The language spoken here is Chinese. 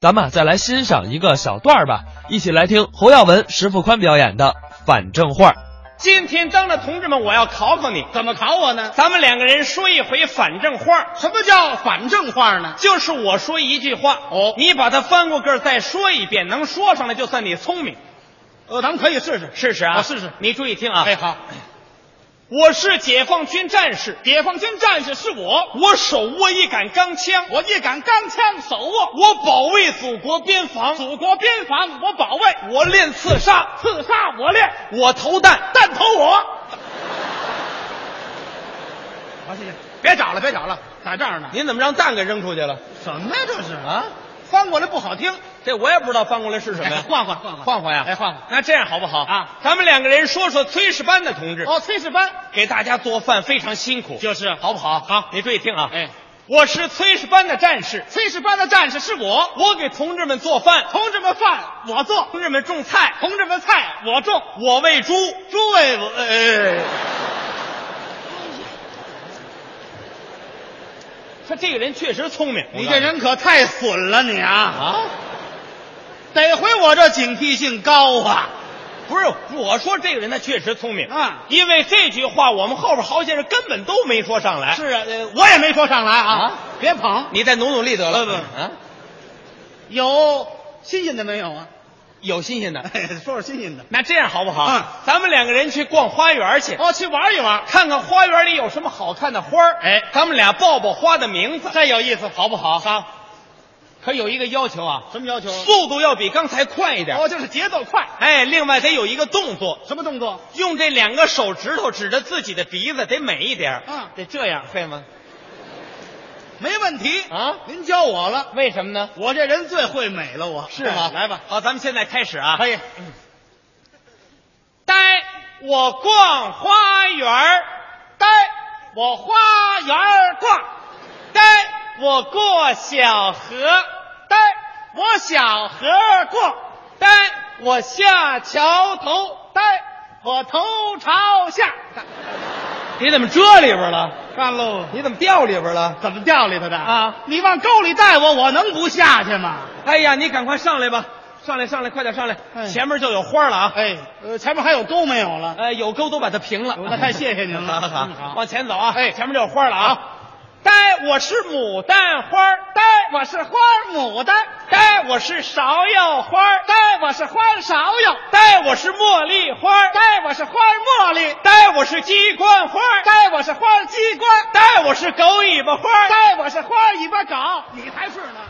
咱们啊再来欣赏一个小段儿吧，一起来听侯耀文、石富宽表演的《反正话》。今天，当着同志们，我要考考你，怎么考我呢？咱们两个人说一回反正话，什么叫反正话呢？就是我说一句话，哦你把它翻过个儿再说一遍，能说上来就算你聪明，呃，咱们可以试试。试试啊，我试试。你注意听啊，哎，好，我是解放军战士，解放军战士是我，我手握一杆钢枪，我一杆钢枪手握，我保卫祖国边防，祖国边防我保卫，我练刺杀，刺杀我练，我投弹，弹头我。好，谢谢。别找了，别找了，在这儿呢。您怎么让蛋给扔出去了？什么呀？这是啊，翻过来不好听。这我也不知道翻过来是什么哎呀。换换换换换换呀哎，换换。那这样好不好啊？咱们两个人说说炊事班的同志，哦，炊事班给大家做饭非常辛苦，就是好不好？好你注意听啊！哎，我是炊事班的战士，炊事班的战士是我，我给同志们做饭，同志们饭我做，同志们种菜，同志们菜我种，我喂猪，诸位我 哎。他这个人确实聪明。我你告这诉人可太损了，你啊！啊，得亏我这警惕性高啊！不是我说这个人他确实聪明啊因为这句话我们后边好些人根本都没说上来。是啊，呃我也没说上来啊！啊别捧，你再努努力得了。不不啊，有新鲜的没有啊？有新鲜的。哎说说新鲜的那这样好不好？嗯咱们两个人去逛花园去。哦，去玩一玩，看看花园里有什么好看的花儿哎咱们俩报报花的名字，这有意思，好不好？好。可有一个要求啊，什么要求？速度要比刚才快一点。哦，就是节奏快，哎，另外得有一个动作，什么动作？用这两个手指头指着自己的鼻子，得美一点。嗯得这样，会吗？没问题啊您教我了，为什么呢？我这人最会美了，我是吗？哎来吧，好，咱们现在开始啊。可以。呆，我逛花园儿呆，我花园儿逛，呆，我过小河；呆，我小河儿逛。呆，我下桥头；呆，我头朝下。你怎么这里边了？干喽！你怎么掉里边了？怎么掉里头的啊？你往沟里带我，我能不下去吗？哎呀，你赶快上来吧，上来上来，快点上来，哎前面就有花了啊！哎，呃，前面还有沟没有了？呃，有沟都把它平了。那太谢谢您 好了。好嗯好，好往前走啊！哎前面就有花了啊！呆，我是牡丹花；呆，我是花牡丹；呆，我是芍药花；呆，我是花芍药；呆，我是茉莉花；呆，我是花茉莉；呆，我是鸡冠花；呆，我是花鸡冠；呆，我是狗尾巴花；呆，我是花尾巴狗。你才是呢。